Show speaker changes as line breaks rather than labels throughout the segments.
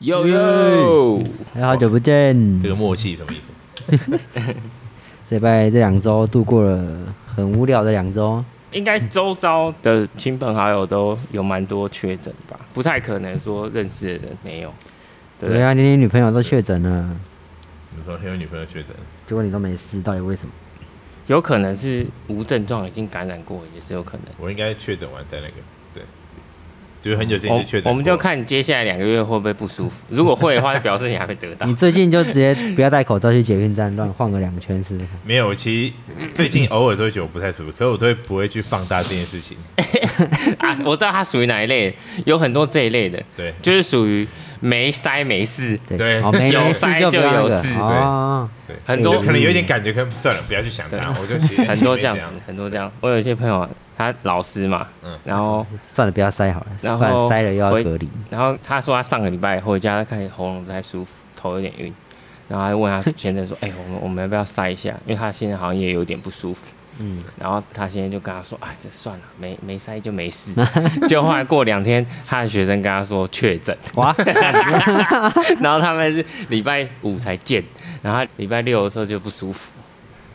哟哟，
大家好久不
嗯
见，
这个默契什么意思？
这礼拜这两周度过了很无聊的两周，
应该周遭的亲朋好友都有蛮多确诊吧，不太可能说认识的人没有，对不
对
对？
啊，连你女朋友都确诊了，
你昨天有女朋友确诊，
结果你都没事，到底为什么？
有可能是无症状已经感染过，也是有可能。
我应该确诊完再那个，对，就是很久之前
我
就确诊
哦
过
我们就看你接下来两个月会不会不舒服， 如果会的话，就表示你还会得到
你。最近就直接不要戴口罩去捷运站乱晃个两圈试试看。
没有，其 实最近偶尔都会觉得我不太舒服，可是我都会不会去放大这件事 情。
啊，我知道它属于哪一类，有很多这一类的，
对，
就是属于没塞没事，
对
哦，没
有
没事
塞
就不
就
要那
有
个
事
哦。
对，
很
就
多嗯
可能有一点感觉，可能算了，不要去想它。
对
我就其实
很多
没
这样子，很多这样。我有一些朋友，他老师嘛，
嗯
然后
算了，不要塞好了，
然
不然
后
塞了又要
回
隔离。
然后他说他上个礼拜回家，他开始喉咙不太舒服，头有点晕，然后他就问他先生说：“哎、我们我们要不要塞一下？因为他现在好像也有点不舒服。”
嗯，
然后他先生就跟他说：“哎，这算了，没没塞就没事。”就后来过两天，他的学生跟他说确诊，
哇，
然后他们是礼拜五才见，然后他礼拜六的时候就不舒服。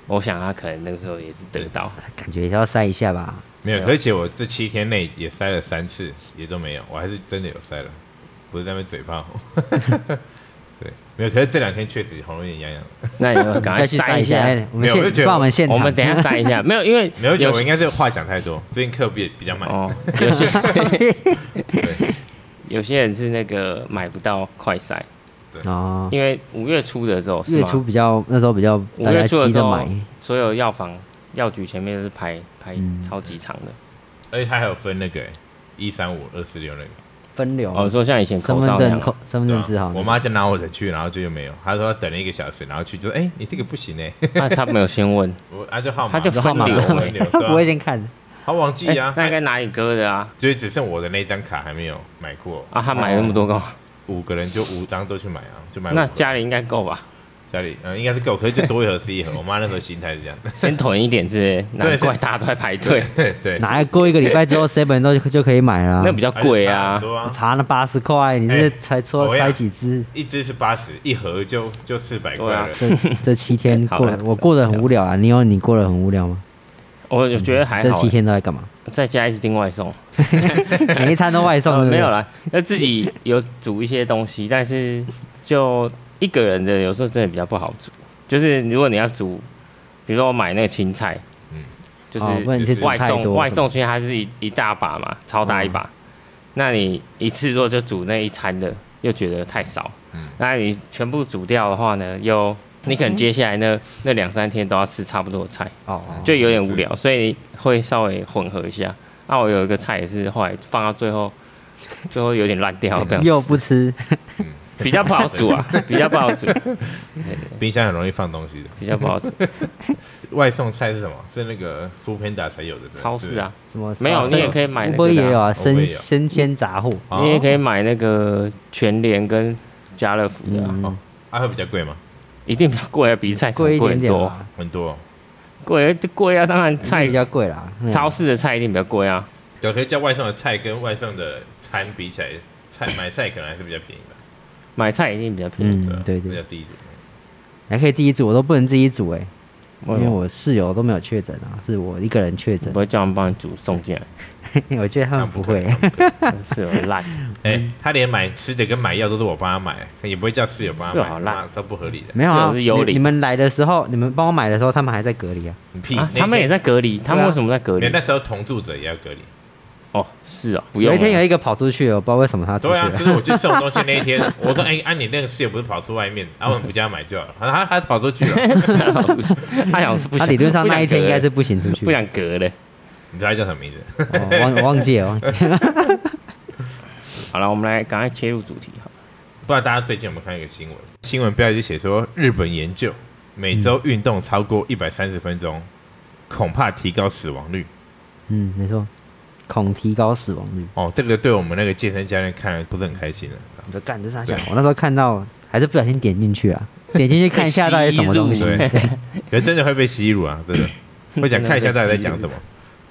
我想他可能那个时候也是得到，
感觉也要塞一下吧。
没有，而且我这七天内也塞了三次，也都没有，我还是真的有塞了，不是在那边嘴炮。 对，没有，可是这两天确实喉咙有点痒痒。
那你们赶快
再去
塞一
一
下。
哎我
没
们
有我就觉
现
得
帮我们现场，
我们等一下塞一下，没有，因为
没有，我觉得
些
我应该这个话讲太多，最近课比比较满。
哦， 有 些
对，
有些人是那个买不到快塞，
哦，
因为五月初的时候，是
月
吗
初比较那时候比较
五
大家
月初的
急
时
着
候
买，，
所有药房、药局前面都是排排
嗯
超级长的。
而且它还有分那个一三五二四六那个。
分流。
哦，说像以前
身
口
份
罩那
证
样
扣
啊，
身份
对啊
证字号。
我妈就拿我的去，然后就又没有。她说要等了一个小时，然后去就说：“哎、你这个不行哎、
那啊他没有先 问，
我啊就号码，
她就
有号码
分
吗
流
她 分流，
他不会
对啊，
先看，
她忘记啊
哎，那应该
哎
哪里割的啊？
所以只剩我的那张卡还没有买过，哦
啊，他买那么多干嘛？
五个人就五张都去买啊，就买五盒。
那家里应该够吧？
家里嗯应该是够，可是就多一盒是一盒。我妈那时候心态是这样，
先囤一点是不是，难怪大家都在排 队，
啊
对，
哪过一个礼拜 之后 seven 都就可以买了
那。比较
她就
贵
差很
啊。
多啊，
查了八十块，你这
哎
才搓
我要
塞 几支？
一支是八十，一盒就就四百块
对啊
了。
这这七天
好
过
了
了，我过得很无聊啊。你有你过得很无聊吗？
我觉得还
这
好
七，天都在干嘛？
在家一直订外送。
每一餐都外送，
呃
对不
没
对
有。啦，那自己有煮一些东西，但是就一个人的有时候真的比较不好煮。就是如果你要煮，比如说我买那个青菜，
嗯
嗯，就
哦不然你
就是煮
外
太
送
多
外
是
送，其实它是一一大把嘛，超大一把。那你一次如果就煮那一餐的，又觉得太少。
嗯
那你全部煮掉的话呢，又你
嗯
可能接下来那那两三天都要吃差不多的菜。
哦，哦
就有点无聊，所以会稍微混合一下。那、我有一个菜也是后来放到最 后，最后有点烂掉，不想
又
吃，
不吃，
比较不好煮 啊，比较不好煮，
冰箱很容易放东西的。
比较不好 煮。
外送菜是什么？是那个 f o o Panda 才有的，对不对
超市啊，
什么
没有，你也可以买那
波
个
也有
的啊、
啊，
我
生
也有
生鲜杂货，
哦
你也可以买那个全联跟家乐福的、啊，
嗯，
啊，会比较贵吗？
一定比较贵啊，比菜市场
贵一
贵
点
很
点
多，
吧，
很多哦。
贵贵啊，当然
一定
菜
比较贵啦。嗯
超市的菜一定比较贵啊。
对，可是叫外送的菜跟外送的餐比起来，菜买菜可能还是比较便宜的。
买菜一定比较便宜，
嗯，对
比较
对，
低一点。
还可以自己煮，我都不能自己煮哎，
我
因为我室友都没有确诊啊，是我一个人确诊
不，会叫他们帮你煮送 进来，
我觉得他们不会。
真是有 烂。
哎、他连买吃的跟买药都是我帮他买，也不会叫室友帮他
是
买，
好烂
妈超不合理的。
没有啊，
室友是幽
你
灵
你们来的时候，你们帮我买的时候，他们还在隔离啊。
你屁、
啊
那，天
他们也，在隔离，他们为什么在隔
没
离
有？那时候同住者也要隔离。
哦，是哦，不用
有
了。
一天有一个跑出去了，我不知道为什么他出去
对啊，就
了。
是我去送东西那一天， 我说哎，啊你那个室友不是跑出外面，啊我们不叫他买就好了，他他他跑出 去了，
他想是不
他
想，
理论上
不想
那一天
隔
应该是
了
不行出去
不，想隔了。
你知道他叫什么名字？
哦忘忘记了忘记了。
好了，我们来赶快切入主题哈。
不知道大家最近有没有看一个新闻？新闻标题就写说，日本研究每周运动超过一百三十分钟，恐怕提高死亡率。
嗯，没错，恐提高死亡率。
哦，这个对我们那个健身教练看来不是很开心的。啊
我就干这傻笑
对。
我那时候看到还是不小心点进去啊，点进去看一下 到底什么东西。
对，可是真的会被吸入啊，真的。我想看一下到底在讲什么。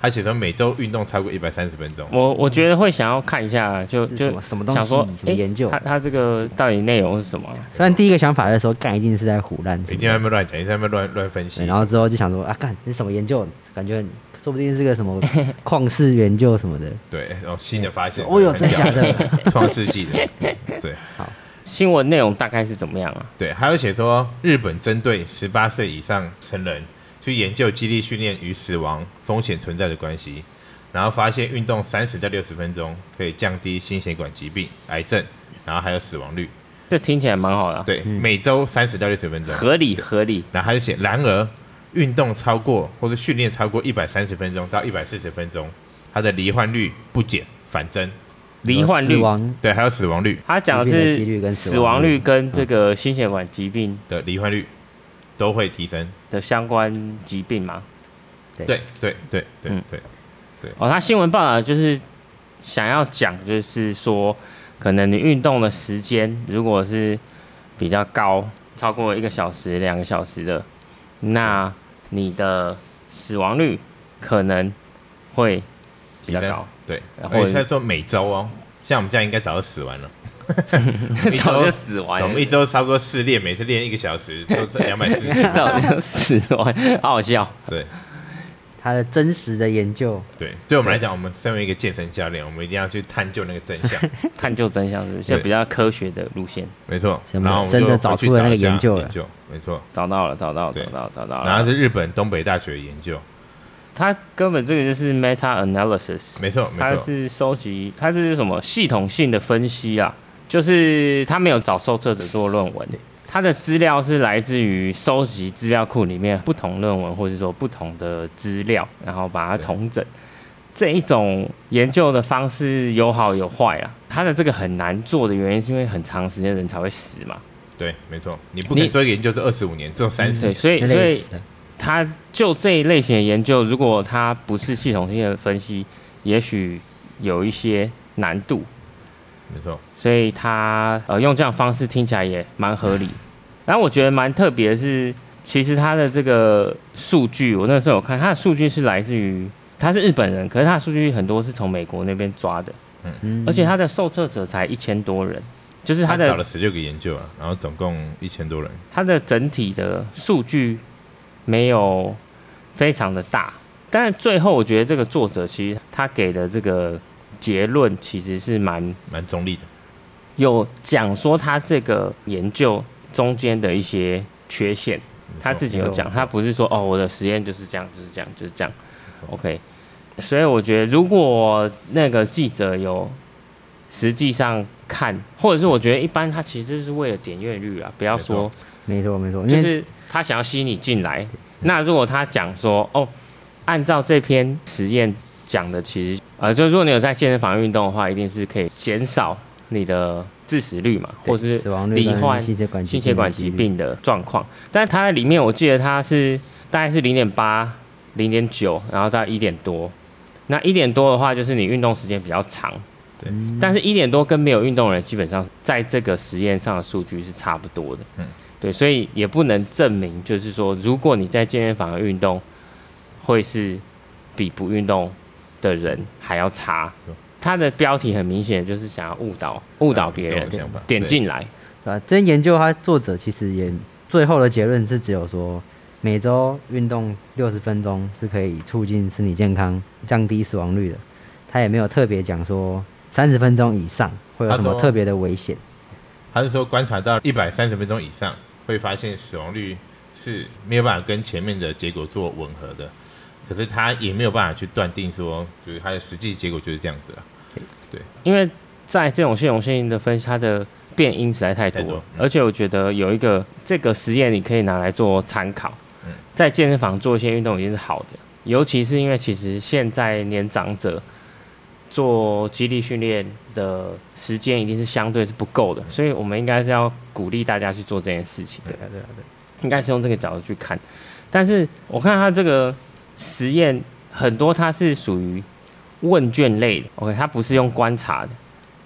他写说每周运动超过一百三十分钟。
我我觉得会想要看一下，就
这是什
就
么什么东
想
西？
说，
什么
哎，
研究
他？他这个到底内容是什么啊？
虽然第一个想法的时候，干一定是在胡乱什
你
么
今天还
的，
没乱讲，你在那边乱乱分析
对。然后之后就想说啊，干这是什么研究？感觉很说不定是个什么旷世研究什么的。
对，然后新的发现。
哦哟，
很
真
屌
假的？
创世纪的，对
新闻内容大概是怎么样啊？
对，还有写说日本针对十八岁以上成人去研究激励训练与死亡风险存在的关系，然后发现运动三十到六十分钟可以降低心血管疾病、癌症，然后还有死亡率。
这听起来蛮好的啊，
对，每周三十到六十分钟。
合理合理。
然后他就写，然而运动超过或者训练超过一百三十分钟到一百四十分钟，他的罹患率不减反增，
罹患
死
率，
亡
对，还有死亡率
他讲的
疾病的几率
是
跟
死
死
亡
亡
率
率
跟这个心血管疾病
的罹患率都会提升。
的相关疾病嘛。
对对对对
嗯
对
哦，他新闻报道就是想要讲，就是说，可能你运动的时间如果是比较高，超过一个小时、两个小时的，
嗯
那你的死亡率可能会比
提
较
升
高，
对，
然后
而且现在说每周哦，像我们这样应该早就死完了， 一周
早就死完
我
了
们一，周差不多四练，每次练一个小时，都是两百四十。
早就死完，好好笑。
对
它的真实的研究，
对，对我们来讲，我们身为一个健身教练，我们一定要去探究那个真相。
探究真相是不是比较科学的路线，
没错，
什么
然后我们
真的
就
找
回去
出了那个
一下
研究了
研究没错。
找到了，找到了，
对
找到了，找到了。
然后是日本东北大学的研究，
它根本这个就是 meta analysis，
没错
它
没错，
是收集，它这是什么系统性的分析啊？就是它没有找受测者做论文，它的资料是来自于收集资料库里面不同论文或者说不同的资料，然后把它
对
统整。这一种研究的方式有好有坏啊，它的这个很难做的原因是因为很长时间人才会死嘛，
对没错，你不可以
你嗯
做一个研究是二十五年，只有三十
对，所以
那
所
类
以
似的
它就这一类型的研究，如果它不是系统性的分析，也许有一些难度，
没错，
所以它呃用这样的方式听起来也蛮合理。然后我觉得蛮特别的是，其实它的这个数据，我那时候有看，它的数据是来自于他是日本人，可是他的数据很多是从美国那边抓的，
嗯
而且他的受测者才一千多人，就是他
他
的
啊找了十六个研究啊，然后总共一千多人，
它的整体的数据没有非常的大，但最后我觉得这个作者其实他给的这个结论其实是蛮
蛮中立的。
有讲说他这个研究中间的一些缺陷，
没错
他自己有讲，他不是说哦我的实验就是这样就是这样就是这样
没错
，OK，所以我觉得如果那个记者有实际上看，或者是我觉得一般他其实就是为了点阅率啊，不要
没错
说。
没错没错，因
就
为
是他想要吸你进来。那如果他讲说，哦，按照这篇实验讲的，其实呃，就如果你有在健身房运动的话，一定是可以减少你的致死率嘛，
对
或是
死亡率
罹患
跟心血管
心血管疾
疾，
病的状况。但是它在里面，我记得它是大概是零点八、零点九，然后到一点多。那一点多的话，就是你运动时间比较长，
对
嗯
但是一点多跟没有运动的人基本上在这个实验上的数据是差不多的。
嗯，
对，所以也不能证明，就是说，如果你在健身房运动，会是比不运动的人还要差
对。
它的标题很明显就是想要误导误导别人
这样吧，
点
对
进来，
对啊吧？这研究它作者其实也最后的结论是只有说，每周运动六十分钟是可以促进身体健康、降低死亡率的。他也没有特别讲说三十分钟以上会有什
他
么
说
特别的危险，
他是说观察到一百三十分钟以上，会发现死亡率是没有办法跟前面的结果做吻合的，可是他也没有办法去断定说，就是他的实际结果就是这样子啊了。
因为在这种系统性的分析，它的变因实在太多
太
了，
多嗯
而且我觉得有一个这个实验你可以拿来做参考，
嗯
在健身房做一些运动已经是好的，尤其是因为其实现在年长者做肌力训练的时间一定是相对是不够的，所以我们应该是要鼓励大家去做这件事情。
对啊对啊对啊，
应该是用这个角度去看。但是我看他这个实验很多，它是属于问卷类的，OK，它不是用观察的。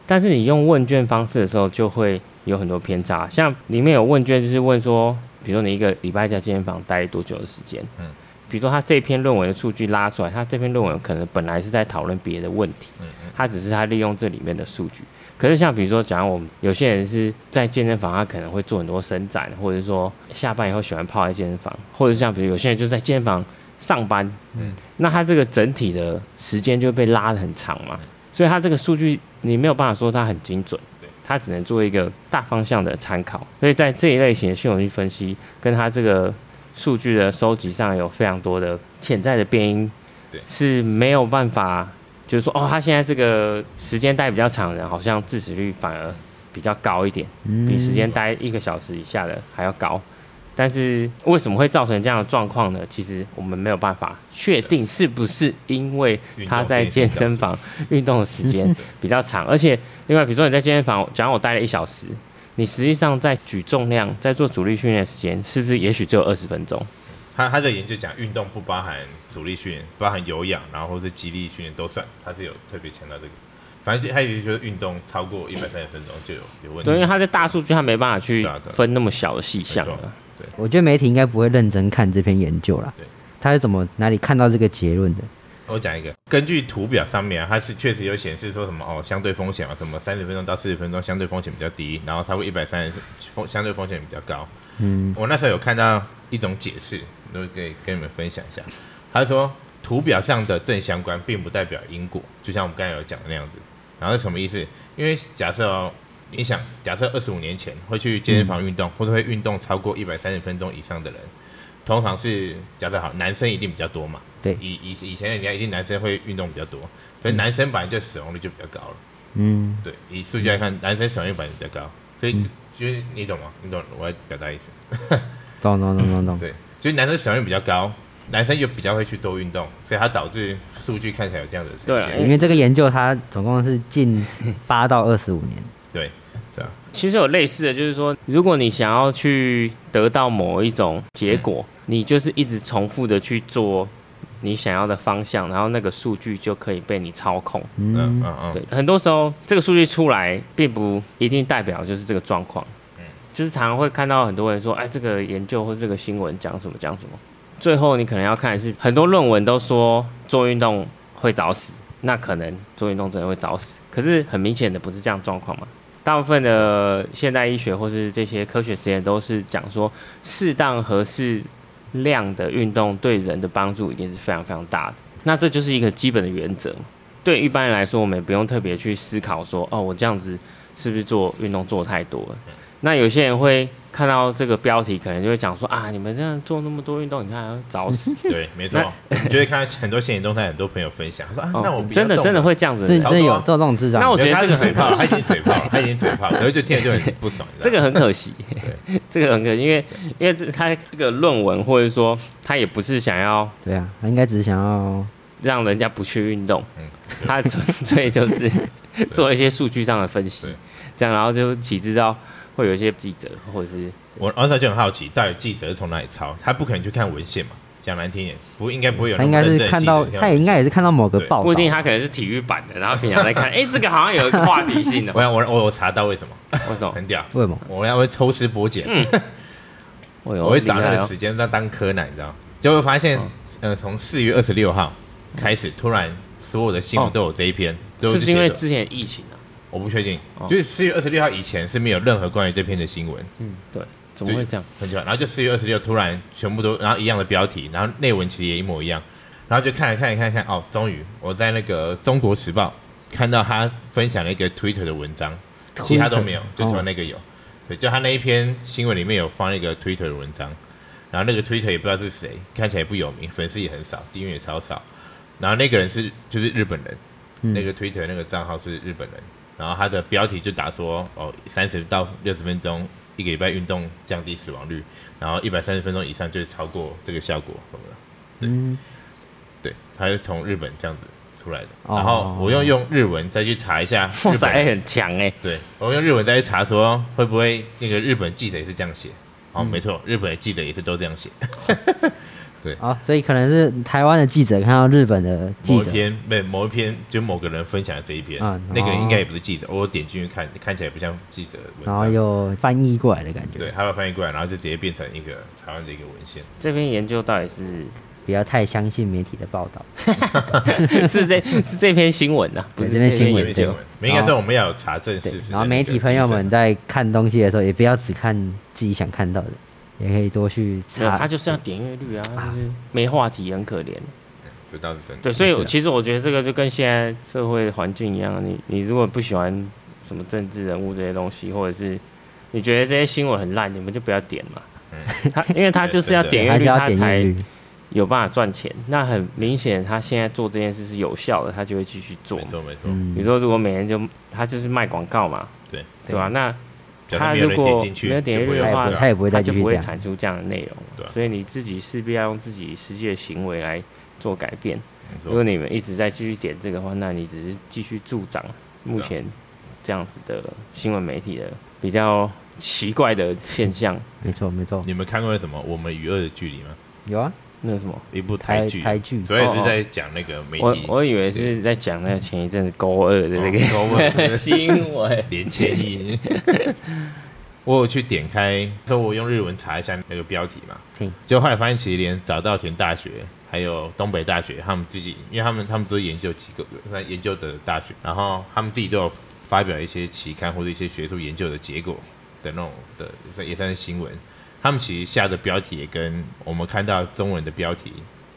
但是你用问卷方式的时候，就会有很多偏差。像里面有问卷，就是问说，比如说你一个礼拜在健身房待多久的时间，
嗯
嗯，比如说他这篇论文的数据拉出来，他这篇论文可能本来是在讨论别的问题，
嗯嗯
他只是他利用这里面的数据。可是像比如说，假如我们有些人是在健身房，他可能会做很多伸展，或者说下班以后喜欢泡在健身房，或者像比如有些人就在健身房上班，
嗯
那他这个整体的时间就会被拉得很长嘛，所以他这个数据你没有办法说它很精准
对，
它只能做一个大方向的参考。所以在这一类型的系统性分析，跟它这个数据的收集上有非常多的潜在的变因，
对
是没有办法，就是说哦，他现在这个时间待比较长的人，好像致死率反而比较高一点。
嗯
比时间待一个小时以下的还要高。但是为什么会造成这样的状况呢？其实我们没有办法确定是不是因为他在健身房运动的时 间比较长，而且另外比如说你在健身房，假如我待了一小时，你实际上在举重量、在做阻力训练的时间，是不是也许只有二十分钟？
他他的研究讲，运动不包含阻力训练，包含有氧，然后或是肌力训练都算，他是有特别强调这个。反正就他也就是运动超过一百三十分钟就有有问题。
对，因为他在大数据，他没办法去
嗯对啊对啊
分那么小的细项
没错
了。
我觉得媒体应该不会认真看这篇研究啦
对。
他是怎么哪里看到这个结论的？
我讲一个，根据图表上面、啊，它是确实有显示说什么哦，相对风险啊，什么三十分钟到四十分钟相对风险比较低，然后超过一百三十风相对风险比较高。
嗯，
我那时候有看到一种解释，都可以跟你们分享一下。他说图表上的正相关并不代表因果，就像我们刚才有讲的那样子。然后是什么意思？因为假设哦，你想假设二十五年前会去健身房运动，或者会运动超过一百三十分钟以上的人，通常是假设好，男生一定比较多嘛。
对
以以以前的人家一定男生会运动比较多，可是男生本来就死亡率就比较高了。
嗯，
对，以数据来看，男生死亡率本来就比较高，所
嗯
以、就是你懂吗？你懂我要表达意思？
懂懂懂懂懂。
对，就是男生使用率比较高，男生又比较会去多运动，所以它导致数据看起来有这样的呈
对啊
现
因为这个研究它总共是 近八到二十五年。
对对啊，
其实有类似的，就是说，如果你想要去得到某一种结果，你就是一直重复的去做你想要的方向，然后那个数据就可以被你操控。
嗯
嗯，
嗯嗯，
对，很多时候这个数据出来，并不一定代表就是这个状况。嗯，就是常常会看到很多人说，哎，这个研究或这个新闻讲什么讲什么，最后你可能要看的是很多论文都说做运动会早死，那可能做运动真的会早死，可是很明显的不是这样状况嘛。大部分的现代医学或是这些科学实验都是讲说，适当合适量的运动对人的帮助一定是非常非常大的。那这就是一个基本的原则嘛。对一般人来说，我们也不用特别去思考说，哦，我这样子是不是做运动做太多了？那有些人会看到这个标题，可能就会讲说啊，你们这样做那么多运动，你看早 死。
对，没错，你就会看到很多现实动态，很多朋友分享，他说啊，
哦
那我不要
真的
动
真的
了。
会这样子的
真
人，
真
差不多
的
啊
有这种这种智障。
那我
我
觉得
他
这个
是嘴
很
炮
可
了，他
惜，
已经嘴炮了，他已经嘴炮了，然后就听了就很不爽。你知
这个
道吗
很可惜， 这个很可惜，因为因为这他这个论文或者说他也不是想要
对啊，他应该只是想要
让人家不去运动，
嗯
他纯 粹就是做一些数据上的分析
对，
这样然后就岂知道会有一些记者或者是
我那时候就很好奇，到底记者是从哪里抄？他不可能去看文献嘛，讲难听一点，不应该不会有
他
那
应
么
该
认
是
真的记者
看
看
到，
文献。
他也应该也是看到某个
对
报道。
不一定他可能是体育版的，然后平常在 看，哎、这个好像有一个话题性的，
我想我我我查到为什么，
为什么？
很屌，
为什么？
我要会抽丝剥茧。
嗯我啊
我会找那
哦
个时间在当柯南，你知道吗？就会发
嗯
现，呃，从四月二十六号开始，突然所有的新闻都有这一篇，最后
哦是不
就
是因为
写的
之前疫情啊？
我不确定
哦，
就是四月二十六号以前是没有任何关于这篇的新闻，
嗯，对，怎么会这样？
很奇怪。然后就四月二十六突然全部都，然后一样的标题，然后内文其实也一模一样，然后就看了看一看一看，哦，终于我在那个中国时报看到他分享了一个 Twitter 的文章，其他都没有，就只有那个有。对，就他那一篇新闻里面有放一个 Twitter 的文章，然后那个 Twitter 也不知道是谁，看起来也不有名，粉丝也很少，订阅也超少。然后那个人是就是日本人，
嗯
那个 Twitter 那个账号是日本人，然后他的标题就打说哦，三十到六十分钟一个礼拜运动降低死亡率，然后一百三十分钟以上就是超过这个效果什么的。
嗯，
对，他是从日本这样子出来的。
哦
然后我用用日文再去查一下，
哇
日
塞，
本
哎很强哎、
对，我用日文再去查说会不会那个日本记者也是这样写。哦，
嗯
没错，日本的记者也是都这样写。
好，所以可能是台湾的记者看到日本的记
某一
者，
篇没某一篇，就某个人分享的这一篇，
嗯
那个人
哦
应该也不是记者，我有点进去看，看起来不像记者的文
然后
章。
又翻译过来的感觉。
对，他把它翻译过来，然后就直接变成一个台湾的一个文献。
这篇研究到底是
不要太相信媒体的报道。
是这是这篇新闻呐、啊，不
对
是
这篇
新
新闻
没
对
新闻，没应该
然后
说我们要有查证事
对
实的那，个
然后媒体朋友们
精
在看东西的时候，也不要只看自己想看到的，也可以多去
没有
查
他。就是要点阅率啊，就是没话题，很可怜。
神，这倒是真的。
对，所以
是啊
我其实我觉得这个就跟现在社会环境一样，你你如果不喜欢什么政治人物这些东西，或者是你觉得这些新闻很烂，你们就不要点嘛。
嗯
他因为他就是要点阅
还是
率，
要
他
点阅
才
率，
有办法赚钱。那很明显，他现在做这件事是有效的，他就会继续做
没
嘛。
错没错，
比如
嗯，
说，如果每天就他就是卖广告嘛，
对
对吧、那
假设
他
没
如
有人
果
点进去，
没有点
就
阅
不会
率
有
的
广
话
告，
他也不会
他
再
就
继续
不会
这样。
产出这样的内容
对啊
嘛。所以你自己势必要用自己实际的行为来做改变。
没
如果
错，
你们一直在继续点这个话，那你只是继续助长目前这样子的新闻媒体的比较奇怪的现象。
没错，没错，
你们看过什么《我们与恶的距离》吗？
有啊，
那个什么，
一部
台
剧，
台剧
主要也
哦
是
哦
在讲那个媒
我
体
我以为是在讲那个前一阵子高二的那个、
哦高二
新闻。
连千亿。 我有去点开，说我用日文查一下那个标题嘛，
嘿，
结果后来发现其实连早稻田大学还有东北大学他们自己，因为他们他们都是研究机构，那研究的大学，然后他们自己都有发表一些期刊或者一些学术研究的结果的那种的，也算是新闻。他们其实下的标题也跟我们看到中文的标题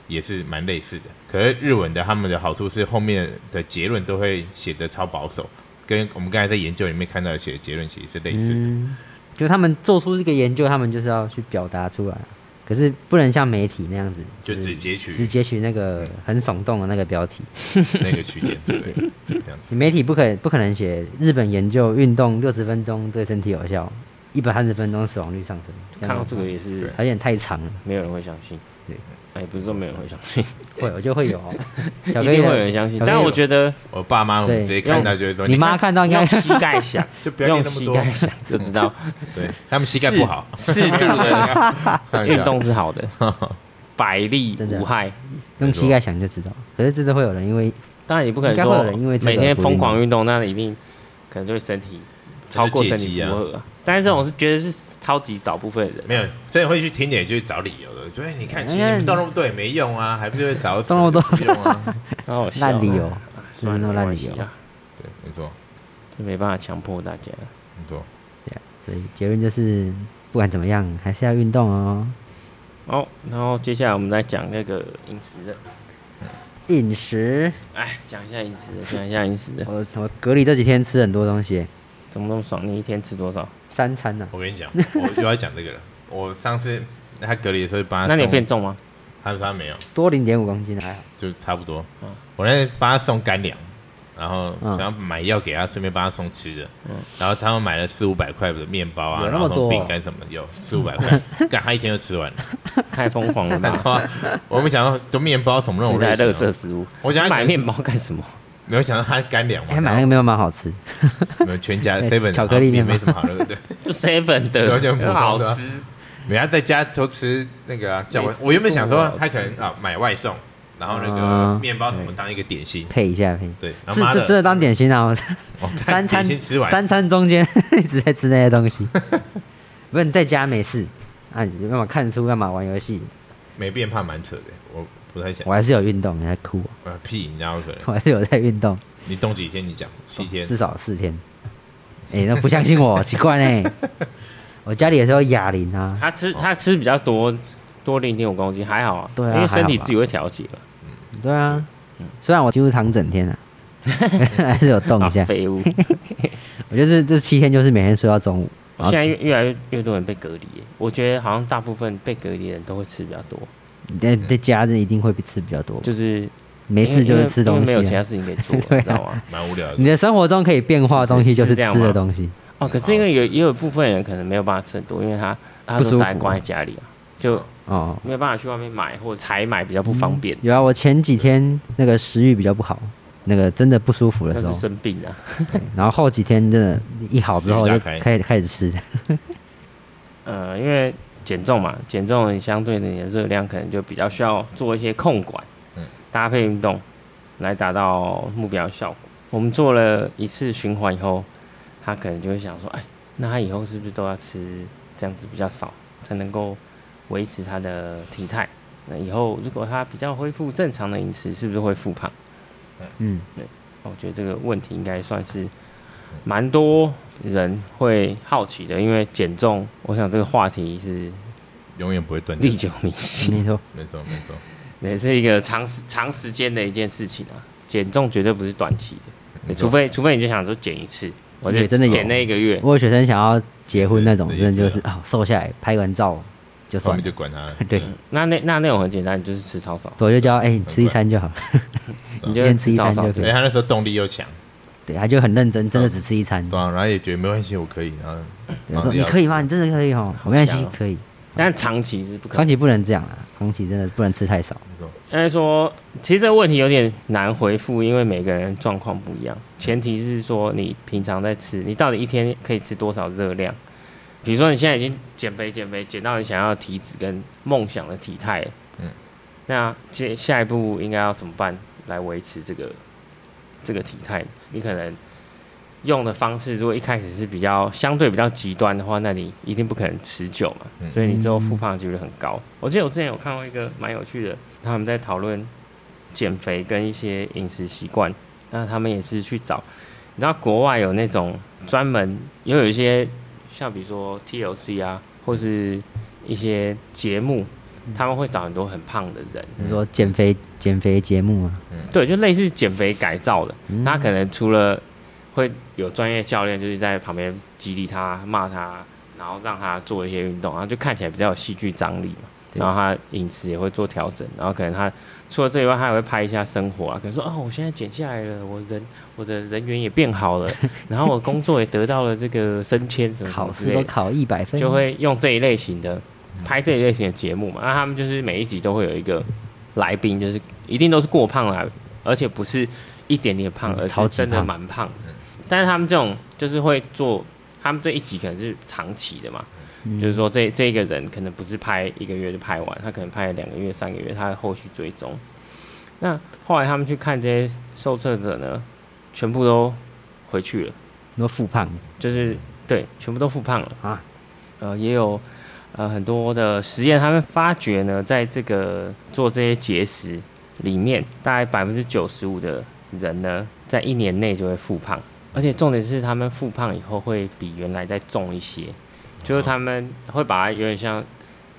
也是蛮类似的，可是日文的他们的好处是后面的结论都会写的超保守，跟我们刚才在研究里面看到的写的结论其实是类似的。
嗯，就是他们做出这个研究，他们就是要去表达出来，可是不能像媒体那样子，
就是只截取
只截取那个很耸动的那个标题。
那个区间，对，这样子。
媒体不可不可能写日本研究运动六十分钟对身体有效，一百三十分钟死亡率上升，
看到这个
有
也是
对
点太长了，
没有人会相信，
对
哎，不是说没有人会相 信，
会我就会 有哦，一
一定会有人相信。但我觉得
我爸妈我们
对
直接看到就会说，
你妈
看
看到应该
用膝盖想，
就 不要
用
练那么
膝
多，
盖想就知道
对 他们膝盖不好，
适适度 的运
运
动是好 的，百利
真的
无害。
用膝盖想就知道，可是真的会有人因为
当然你不可能
应该会有
说
人因为这个
每天
不
疯
运
狂运动，那一定可能对身体超过身体负荷、啊。但是这种是觉得是超级少部分人，
没有，真的会去听点就是找理由的，就哎，你看，其实你们动那么多也没用啊，还不是会找死
动那么多
没用啊，
然后笑
烂理由，
算了，
真的都
没
烂
关
理
系
由，
啊，
对，没错，
这没办法强迫大家。
没错，
对啊，所以结论就是不管怎么样还是要运动哦。
哦，然后接下来我们再讲那个饮食的，
饮食，
哎，讲一下饮食的，讲一下饮食的，
我我隔离这几天吃很多东西，
怎么那么爽？你一天吃多少？
三餐啊呢、
我跟你讲，我又要讲这个了，我上次他隔离的时候帮他，
那你有变，重吗？
他说他没有，
多零点五公斤还好，
就差不多
嗯。
我那天帮他送干粮，然后
嗯
想要买药给他，顺便帮他送吃的。然后他们买了四五百块的面包啊，
有那
然
么
后
多
饼干什么的，有四五百块，干他一天就吃完了。
太疯狂了吧！
哇我没想到，就面包什么那
吃
种
在
类
垃
型
圾
啊，
食物，
我想要
买面包干什么？
没有想到他干粮嘛，
哎，买那个面包蛮好吃，
没有全家
哎
seven 啊
巧克力面包
没什么好 的，对，
就 seven 的，
完全普通的
好吃。啊
人家在家都吃那个啊叫
没
我
吃
我原本想说
过
他可能啊买外送，然后那个
啊
面
哎
包什么当一个点心，
配一下配。
对，然
是
后妈
这
的
真的当点心啊！我
我看
三餐
点心吃完，
三餐中间 一直在吃那些东 西，不是你在家没事啊，你干嘛看书，干嘛玩游戏？
没变胖蛮扯的，我不太想
我。还是有运动，你在哭，
呃，屁，你哪有可能？
我还是有在运动，
你动几天？你讲七天
至，少四天。哎、那不相信 我，奇怪呢。我家里也是有哑铃啊，
他吃他吃比较多，多零点五公斤还好啊，
对啊
因为身
还
体
好吧
自己会调节嘛。
对啊，
嗯
虽然我几乎躺整天 啊，还是有动
啊
一下。
废 物！
我就是这七天就是每天睡到中午，然
现在
后
越越来越越多人被隔离耶，我觉得好像大部分被隔离的人都会吃比较多，
你在在家这一定会吃比较多，
嗯就是
没事就
因为
是吃东
因为没
西
有其他
啊。
事情可以做
，对啊
你知道吗？
蛮无聊
你
的。
的生活中可以变化的东西就是是
这样
吃
吗
的东西。
哦，可是因为有也有部分人可能没有办法吃很多，因为他他
不舒
都
服
待关在家里啊，就
哦，
没有办法去外面买或者采买比较不啊方便，
有啊，我前几天那个食欲比较不好，那个真的不舒服的
那
时
是
候，
生病啊。
对然后后几天真的一好之后
食欲
就
大开
开始开 始吃，
呃，因为减重嘛，减重你相对的你的热量可能就比较需要做一些控管，
嗯
搭配运动来达到目标效果。我们做了一次循环以后，他可能就会想说，哎，那他以后是不是都要吃这样子比较少，才能够维持他的体态？那以后如果他比较恢复正常的饮食，是不是会复胖？哦
嗯，
那我觉得这个问题应该算是蛮多人会好奇的，因为减重，我想这个话题是
永远不会断 掉
历。久弥新，
嗯 没错，
没错，没错。
也是一个长时长时间的一件事情啊。减重绝对不是短期的，
没错
除非除非你就想说减一次，我就
也真的有
减那一个月，
我有学生想要结婚那种，
是
真的就
这
是啊、瘦下来拍完照就
后
算
面
了，
就管他了。
对，
那那那那种很简单，你就是吃超少，
所以我就教哎、你吃一餐就好了，
你就吃超少
一天吃一餐就可
因
以
为哎他那时候动力又强，
对，他就很认真，
嗯
真的只吃一餐，
对啊，然后也觉得没关系，我可以。然后
我说
嗯
然
你
后
可以吗？你真的可以哦，我没关系
强哦，
可以。
但长期是不可能
康。琪不能这样啊，康琪真的不能吃太少。
应该说，其实这个问题有点难回复，因为每个人状况不一样。前提是说你平常在吃，你到底一天可以吃多少热量？比如说你现在已经减肥、减肥，减到你想要的体脂跟梦想的体态了，
嗯
嗯，那接下一步应该要怎么办来维持这个这个体态？你可能用的方式，如果一开始是比较相对比较极端的话，那你一定不可能持久嘛，
嗯
所以你之后复胖的几率很高。我记得我之前有看过一个蛮有趣的，他们在讨论减肥跟一些饮食习惯，那他们也是去找，你知道国外有那种专门也有一些像比如说 TLC 啊，或是一些节目，
嗯
他们会找很多很胖的人，
你说减肥减肥节目啊，
对，就类似减肥改造的。
嗯
他可能除了会有专业教练，就是在旁边激励他、骂他，然后让他做一些运动，然后就看起来比较有戏剧张力嘛。
对
然后他饮食也会做调整，然后可能他除了这以外，他也会拍一下生活啊，可能说啊、我现在减下来了，我人我的人缘也变好了，然后我工作也得到了这个升迁什么什
考
么之
试
类的
都考一百分，
就会用这一类型的
嗯
拍这一类型的节目嘛。那他们就是每一集都会有一个来宾，就是一定都是过胖啦，而且不是一点点胖，
嗯
而
超
是
级
真的
胖嗯
蛮胖。但是他们这种就是会做，他们这一集可能是长期的嘛，
嗯
就是说这这个人可能不是拍一个月就拍完，他可能拍了两个月、三个月，他后续追踪。那后来他们去看这些受测者呢，全部都回去了，
说嗯复胖
就是对，全部都复胖了。
啊，
呃，也有呃很多的实验，他们发觉呢，在这个做这些节食里面，大概百分之九十五的人呢，在一年内就会复胖，而且重点是他们复胖以后会比原来再重一些，就是他们会把它有点像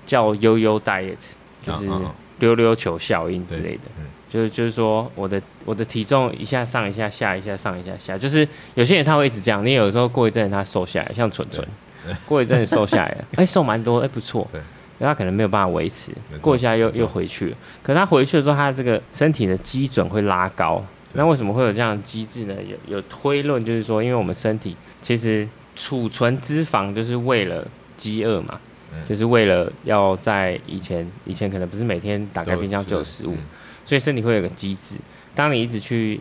叫悠悠 diet，就是
嗯嗯嗯
溜溜球效应之
对
类的。
嗯
就是就是说，我的我的体重一下上一下下，一下上一下下，就是有些人他会一直这样，你有时候过一阵子他瘦下来，像蠢蠢， 过一阵子瘦下来了，哎、瘦蛮多，哎、不错，
对
然后他可能没有办法维持
没错，
过一下又
没错
又回去了，可他回去的时候，他这个身体的基准会拉高，
对
那为什么会有这样的机制呢？有有推论就是说，因为我们身体其实储存脂肪就是为了饥饿嘛。
嗯
就是为了要在以前，以前可能不是每天
啊
打开冰箱就有食物，
嗯
所以身体会有个机制，当你一直去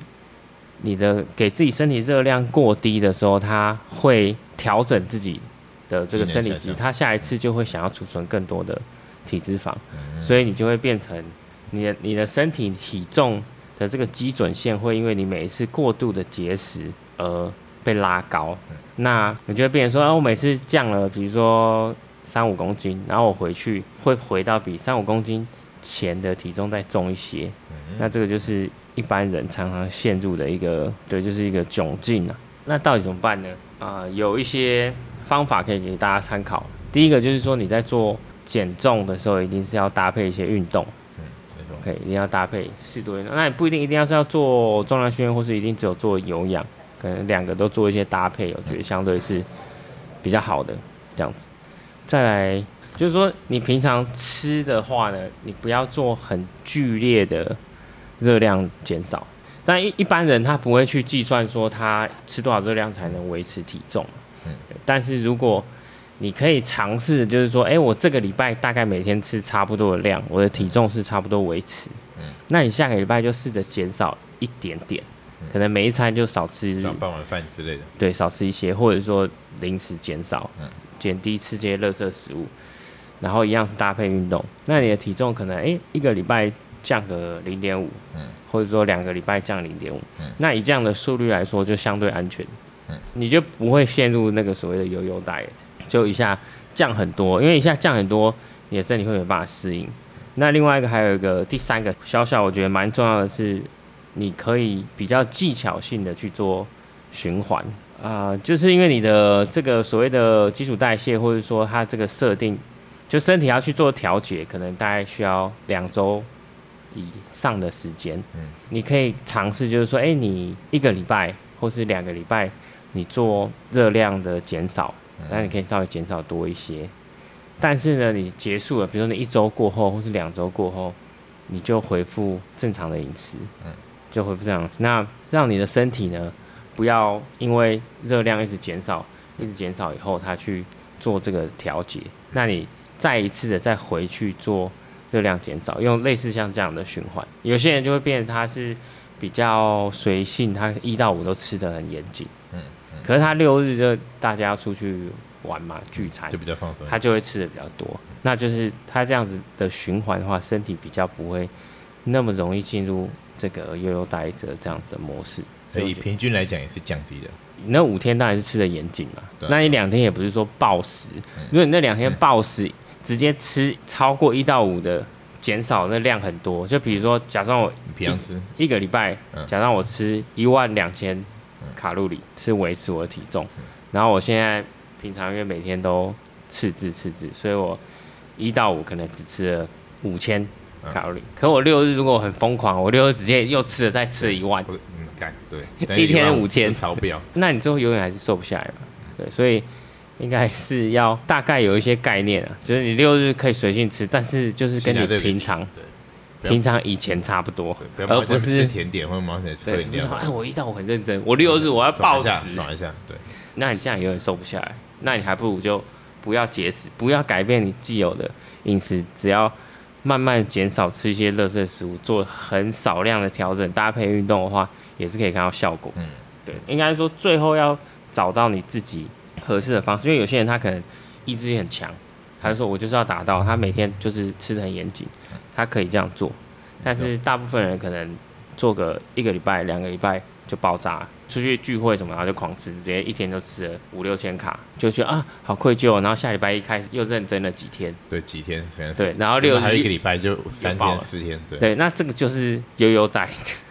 你的给自己身体热量过低的时候，它会调整自己的这个生理
机
机
能下降
制，它下一次就会想要储存更多的体脂肪，
嗯
所以你就会变成你的你的身体体重的这个基准线会因为你每一次过度的节食而被拉高，那你就会变成说，啊，我每次降了，比如说三五公斤，然后我回去会回到比三五公斤前的体重再重一些，那这个就是一般人常常陷入的一个，对，就是一个窘境啊。那到底怎么办呢？啊、有一些方法可以给大家参考。第一个就是说，你在做减重的时候，一定是要搭配一些运动
没错，
，OK，一定要搭配适度运动。那也不一定一定要是要做重量训练，或是一定只有做有氧，可能两个都做一些搭配，我觉得相对是比较好的这样子。再来就是说，你平常吃的话呢，你不要做很剧烈的热量减少。但一一般人他不会去计算说他吃多少热量才能维持体重。
嗯
但是如果你可以尝试，就是说，哎、我这个礼拜大概每天吃差不多的量，我的体重是差不多维持。
嗯
那你下个礼拜就试着减少一点点，
嗯
可能每一餐就少吃
像傍晚饭之类的，
对，少吃一些，或者说零食减少
嗯，
减低吃这些垃圾食物，然后一样是搭配运动。那你的体重可能诶、一个礼拜降个零点五
嗯，
或者说两个礼拜降零点五
嗯，
那以这样的速率来说就相对安全
嗯，
你就不会陷入那个所谓的悠悠 diet，就一下降很多，因为一下降很多，你的身体会没办法适应。那另外一个还有一个第三个小小，我觉得蛮重要的是，你可以比较技巧性的去做循环啊、就是因为你的这个所谓的基础代谢，或者说它这个设定，就身体要去做调节，可能大概需要两周以上的时间。
嗯
你可以尝试就是说，哎、你一个礼拜或是两个礼拜，你做热量的减少，
嗯
但你可以稍微减少多一些。但是呢，你结束了，比如说你一周过后，或是两周过后，你就恢复正常的饮食，
嗯
就恢复正常饮食。那让你的身体呢，不要因为热量一直减少，一直减少以后，它去做这个调节。那你再一次的再回去做热量减少，用类似像这样的循环。有些人就会变得他是比较随性，他一到五都吃的很严谨，
嗯
可是他六日就大家要出去玩嘛，聚餐
就，比较放松。
他就会吃的比较多。那就是他这样子的循环的话，身体比较不会那么容易进入这个悠悠呆的这样子的模式。
所以
我
以
觉得
平均来讲也是降低的。
你那五天当然是吃的严谨嘛
对，啊嗯
那你两天也不是说暴食。如果你那两天暴食，直接吃超过一到五的减少，那量很多。就比如说，假装我
你平常吃，
一个礼拜
嗯，
假让我吃一万两千卡路里是维持我的体重，
嗯
然后我现在平常因为每天都赤字赤字，所以我一到五可能只吃了五千
嗯
卡路里，可我六日如果我很疯狂，我六日直接又吃了再吃了一万，
我嗯干 对，
一天五千
超标。
那你最后永远还是瘦不下来嘛。对，所以应该是要大概有一些概念啊，就是你六日可以随性吃，但是就是跟
现在
你
这个
平常
对不要
平常以前差不多
对，，不
而
要忙
不
着吃
是。
甜点或者忙着喝
对，
饮
你就
料
说，。
啊
哎，我一到我很认真，我六日我要
爽
暴
一
食
下，，爽一下，对，
那你这样永远瘦不下来，那你还不如就不要节食，不要改变你既有的饮食，只要慢慢减少吃一些垃圾食物，做很少量的调整，搭配运动的话，也是可以看到效果。
嗯，
对，应该说最后要找到你自己合适的方式，因为有些人他可能意志力很强，他就说我就是要达到，他每天就是吃的很严谨，他可以这样做，但是大部分人可能做个一个礼拜、两个礼拜就爆炸了，出去聚会什么，然后就狂吃，直接一天就吃了五六千卡，就觉得啊好愧疚哦，然后下礼拜一开始又认真了几天，
对，几天可能是
对，然后六
还有一个
日
礼拜就三
爆
天
了
四天，对，
对，那这个就是悠悠带。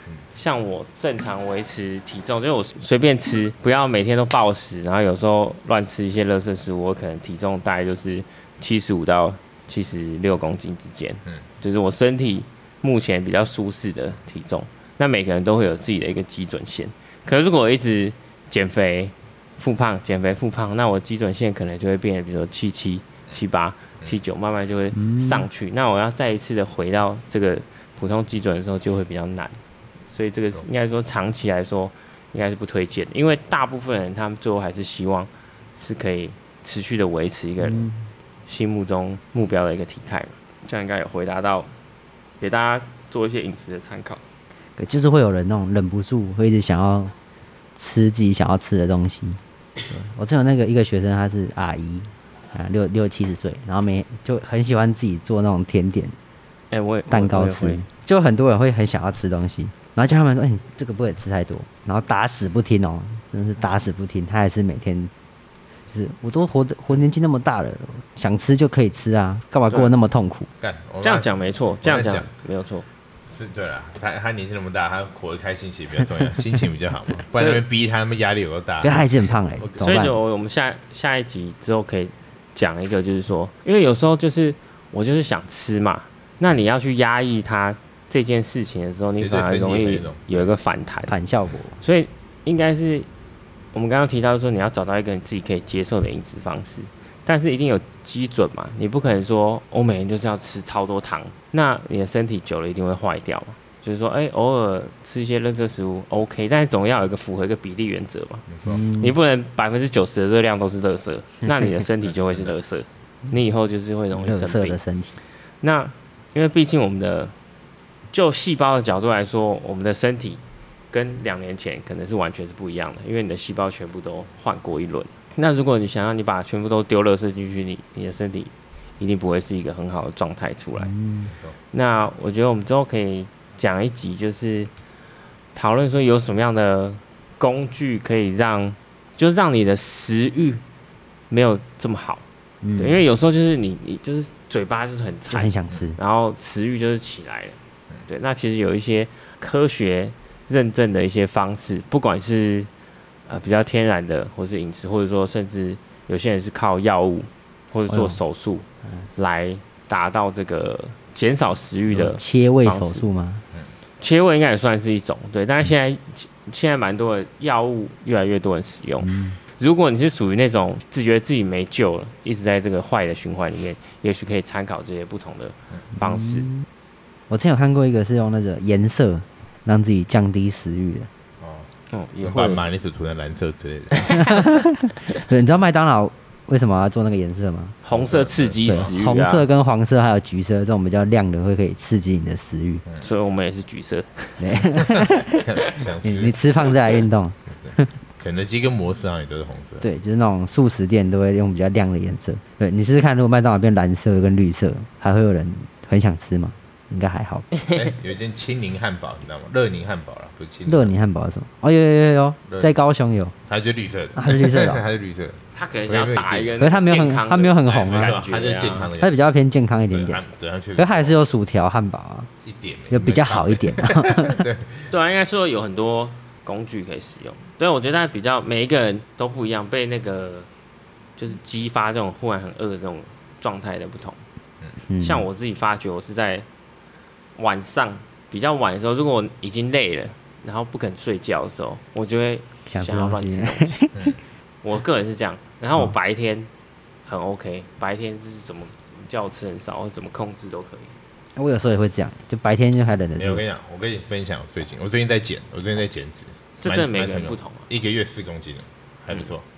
嗯
像我正常维持体重，就是我随便吃，不要每天都暴食，然后有时候乱吃一些垃圾食物，我可能体重大概就是七十五到七十六公斤之间，
嗯
嗯，就是我身体目前比较舒适的体重。那每个人都会有自己的一个基准线，可是如果我一直减肥、复胖、减肥、复胖，那我基准线可能就会变得，比如说七七、七八、七九，慢慢就会上去。那我要再一次的回到这个普通基准的时候，就会比较难。所以这个应该说长期来说应该是不推荐的，因为大部分人他们最后还是希望是可以持续的维持一个
嗯
人心目中目标的一个体态嘛。这样应该有回答到，给大家做一些饮食的参考。
可就是会有人那种忍不住会一直想要吃自己想要吃的东西。对我之前有那个一个学生，他是阿姨啊，六六七十岁，然后每就很喜欢自己做那种甜点
哎、我也
蛋
我
糕
也会
吃，就很多人会很想要吃东西，然后叫他们说：“哎、你这个不可以吃太多。”然后打死不听哦，真的是打死不听，他还是每天。就是我都活着活年纪那么大了，想吃就可以吃啊，干嘛过得那么痛苦？
干我
这样
妈
讲没错，这
在
样讲
讲
没有错。
是对了，他他年纪那么大，他活得开心其实比 较重要，心情比较好嘛，不然他们逼他们压力有多大
可？他还是很胖哎、
我
怎
啊所
么
以
办
就？我们下下一集之后可以讲一个，就是说，因为有时候就是我就是想吃嘛，那你要去压抑它这件事情的时候，你
绝对
反而
分裂
容
的
易
那种
有一个反弹。
反效果，
所以应该是我们刚刚提到说，你要找到一个你自己可以接受的饮食方式，但是一定有基准嘛，你不可能说我每天就是要吃超多糖，那你的身体久了一定会坏掉嘛。就是说，哎、偶尔吃一些垃圾食物 OK，但是总要有一个符合一个比例原则嘛。
没错
嗯你不能百分之九十的热量都是垃圾，那你的身体就会是垃圾，你以后就是会容易
热
生
色
病
的。身体，
那因为毕竟我们的就细胞的角度来说，我们的身体跟两年前可能是完全是不一样的，因为你的细胞全部都换过一轮。那如果你想要你把全部都丢垃圾进去，你你的身体一定不会是一个很好的状态出来。那我觉得我们之后可以讲一集，就是讨论说有什么样的工具可以让，就是让你的食欲没有这么好，
嗯
对，因为有时候就是你你就是嘴巴就是很
就
馋
很，想吃，
然后食欲就是起来了。对，那其实有一些科学认证的一些方式，不管是呃比较天然的，或是饮食，或者说甚至有些人是靠药物或者
哎呦
做手术来达到这个减少食欲的
切胃
方
手
式
术吗？
切胃应该也算是一种，对，但是现在、现在蛮多的药物越来越多人使用。如果你是属于那种自觉得自己没救了，一直在这个坏的循环里面，也许可以参考这些不同的方式。
嗯我之前有看过一个是用那个颜色让自己降低食欲的，
哦，
嗯，也会
把马铃薯涂成蓝色之类 的，
对你知道麦当劳为什么要做那个颜色吗？
红色刺激
对
食欲、啊，
红色，跟黄色还有橘色这种比较亮的会可以刺激你的食欲。
所以我们也是橘色。
对，
想
你你吃
吃
胖再来运动，
肯德基跟摩斯好像也都是红色。
对，就是那种素食店都会用比较亮的颜色。对你试试看，如果麦当劳变蓝色跟绿色，还会有人很想吃吗？应该还好。
哎，有一间青柠汉堡，你知道吗？乐宁汉堡啦，不是青
热
柠，
尼汉堡是什么？哦，有有有有
热
有，
尼
在高雄有，
它就绿色的，
啊它是绿色 的哦
它是绿色的，
他可能想要打一个，
可是它没有很它没有很红啊
哎
感觉
没错，它就是健康的
它
样
比
子，
较偏健康一点
对
点
它，对，它确
可是
实
它还是有薯条、汉堡啊，
一点而已，
有比较好一点。啊
对啊，应该说有很多工具可以使用。对，我觉得比较每一个人都不一样，被那个就是激发这种忽然很饿的这种状态的不同。
嗯
像我自己发觉，我是在晚上比较晚的时候，如果我已经累了，然后不肯睡觉的时候，我就会
想吃
想要乱
东
吃
西
东， 西。
嗯
我个人是这样，然后我
嗯
白天很 OK，白天就是怎么叫我吃很少，或怎么控制都可以。
我有时候也会这样，就白天就还忍得
没有，我
住
跟，你讲，我跟你分享，我最近我最近在减，我最近在减脂，
这
蛮
真的每个
蛮
人
成功
不同啊。
一个月四公斤了，还不错，
嗯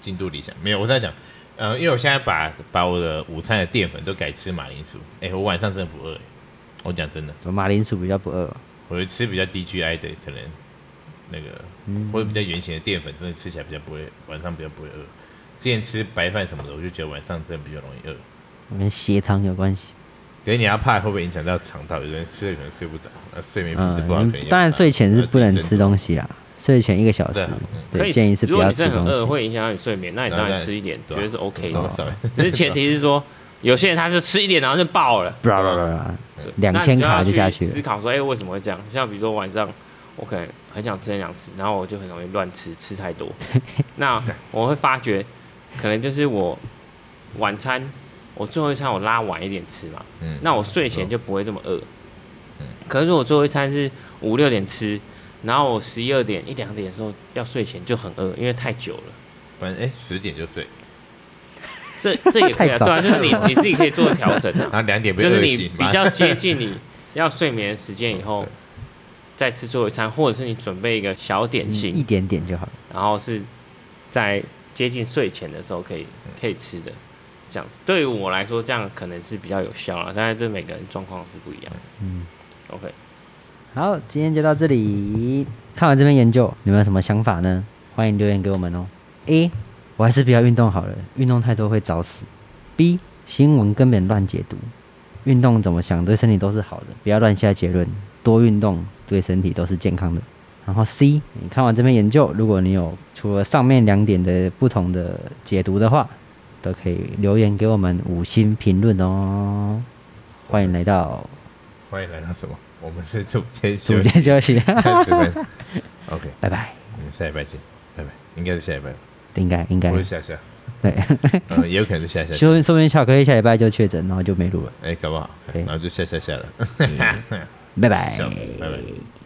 进度理想。没有，我在讲，呃，因为我现在把把我的午餐的淀粉都改吃马铃薯，哎、我晚上真的不饿、哎我讲真的，
马铃薯比较不饿吧，
我会吃比较低 GI 的，可能那个、
嗯
或者比较圆形的淀粉，真的吃起来比较不会，晚上比较不会饿。之前吃白饭什么的，我就觉得晚上真的比较容易饿。
跟血糖有关系。
可是你要怕会不会影响到肠道，有的人吃了可能睡不着，那睡眠品质
嗯
不好，可能也，
当
啊
然睡前是不能吃
的。
东西啦，睡前一个小
对
时
啊，
呃可
对，
以
建议是
如
不
果
要
你
吃
真的很
东
饿，
西。
会影响到你睡眠，那你当然吃一点，
对
绝
啊
对是 OK
哦
的。
sorry
只是前提是说，有些人他就吃一点，然后就爆了，
不啦不啦不啦
对
两
那
千
你就要
卡就下去
去
了
思考说，哎、为什么会这样？像比如说晚上，我可能很想吃，很想吃，然后我就很容易乱吃，吃太 多。那我会发觉，可能就是我晚餐，我最后一餐我拉晚一点吃嘛，
嗯
那我睡前就不会这么饿。可是如果最后一餐是五六点吃，然后我十一二点一两点的时候要睡前就很饿，因为太久了。
反正哎十点就睡，
这这也可以、啊，
太早
对啊，就是你你自己可以做调整啊
然，后两点被
就是
饿
你
醒，
比 较接近你要睡眠的时间以后
对，
再吃最后一餐，或者是你准备一个小点
嗯一
心，
点点就好了。
然后是在接近睡前的时候可以可以吃的，这样子对于我来说，这样可能是比较有效了。但是这每个人状况是不一样。
嗯
，OK，
好，今天就到这里。看完这篇研究，你们有什么想法呢？欢迎留言给我们哦。A，我还是不要运动好了，运动太多会早死。B，新闻根本乱解读，运动怎么想对身体都是好的，不要乱下结论，多运动对身体都是健康的。然后 C，你看完这篇研究，如果你有除了上面两点的不同的解读的话，都可以留言给我们五星评论哦。欢迎来到
欢迎来到什么？我们是组间
组
休息
间休息，
三十分。OK，
拜拜。
我们下礼拜见，拜拜。应该是下礼拜吧，
应该应该
或者下下，
对，
嗯，也有可能是下下。
说说明巧克力下礼拜就确诊，然后就没录了，
哎，搞不好，
对嗯
然后就下下下了。
拜拜
笑死拜拜。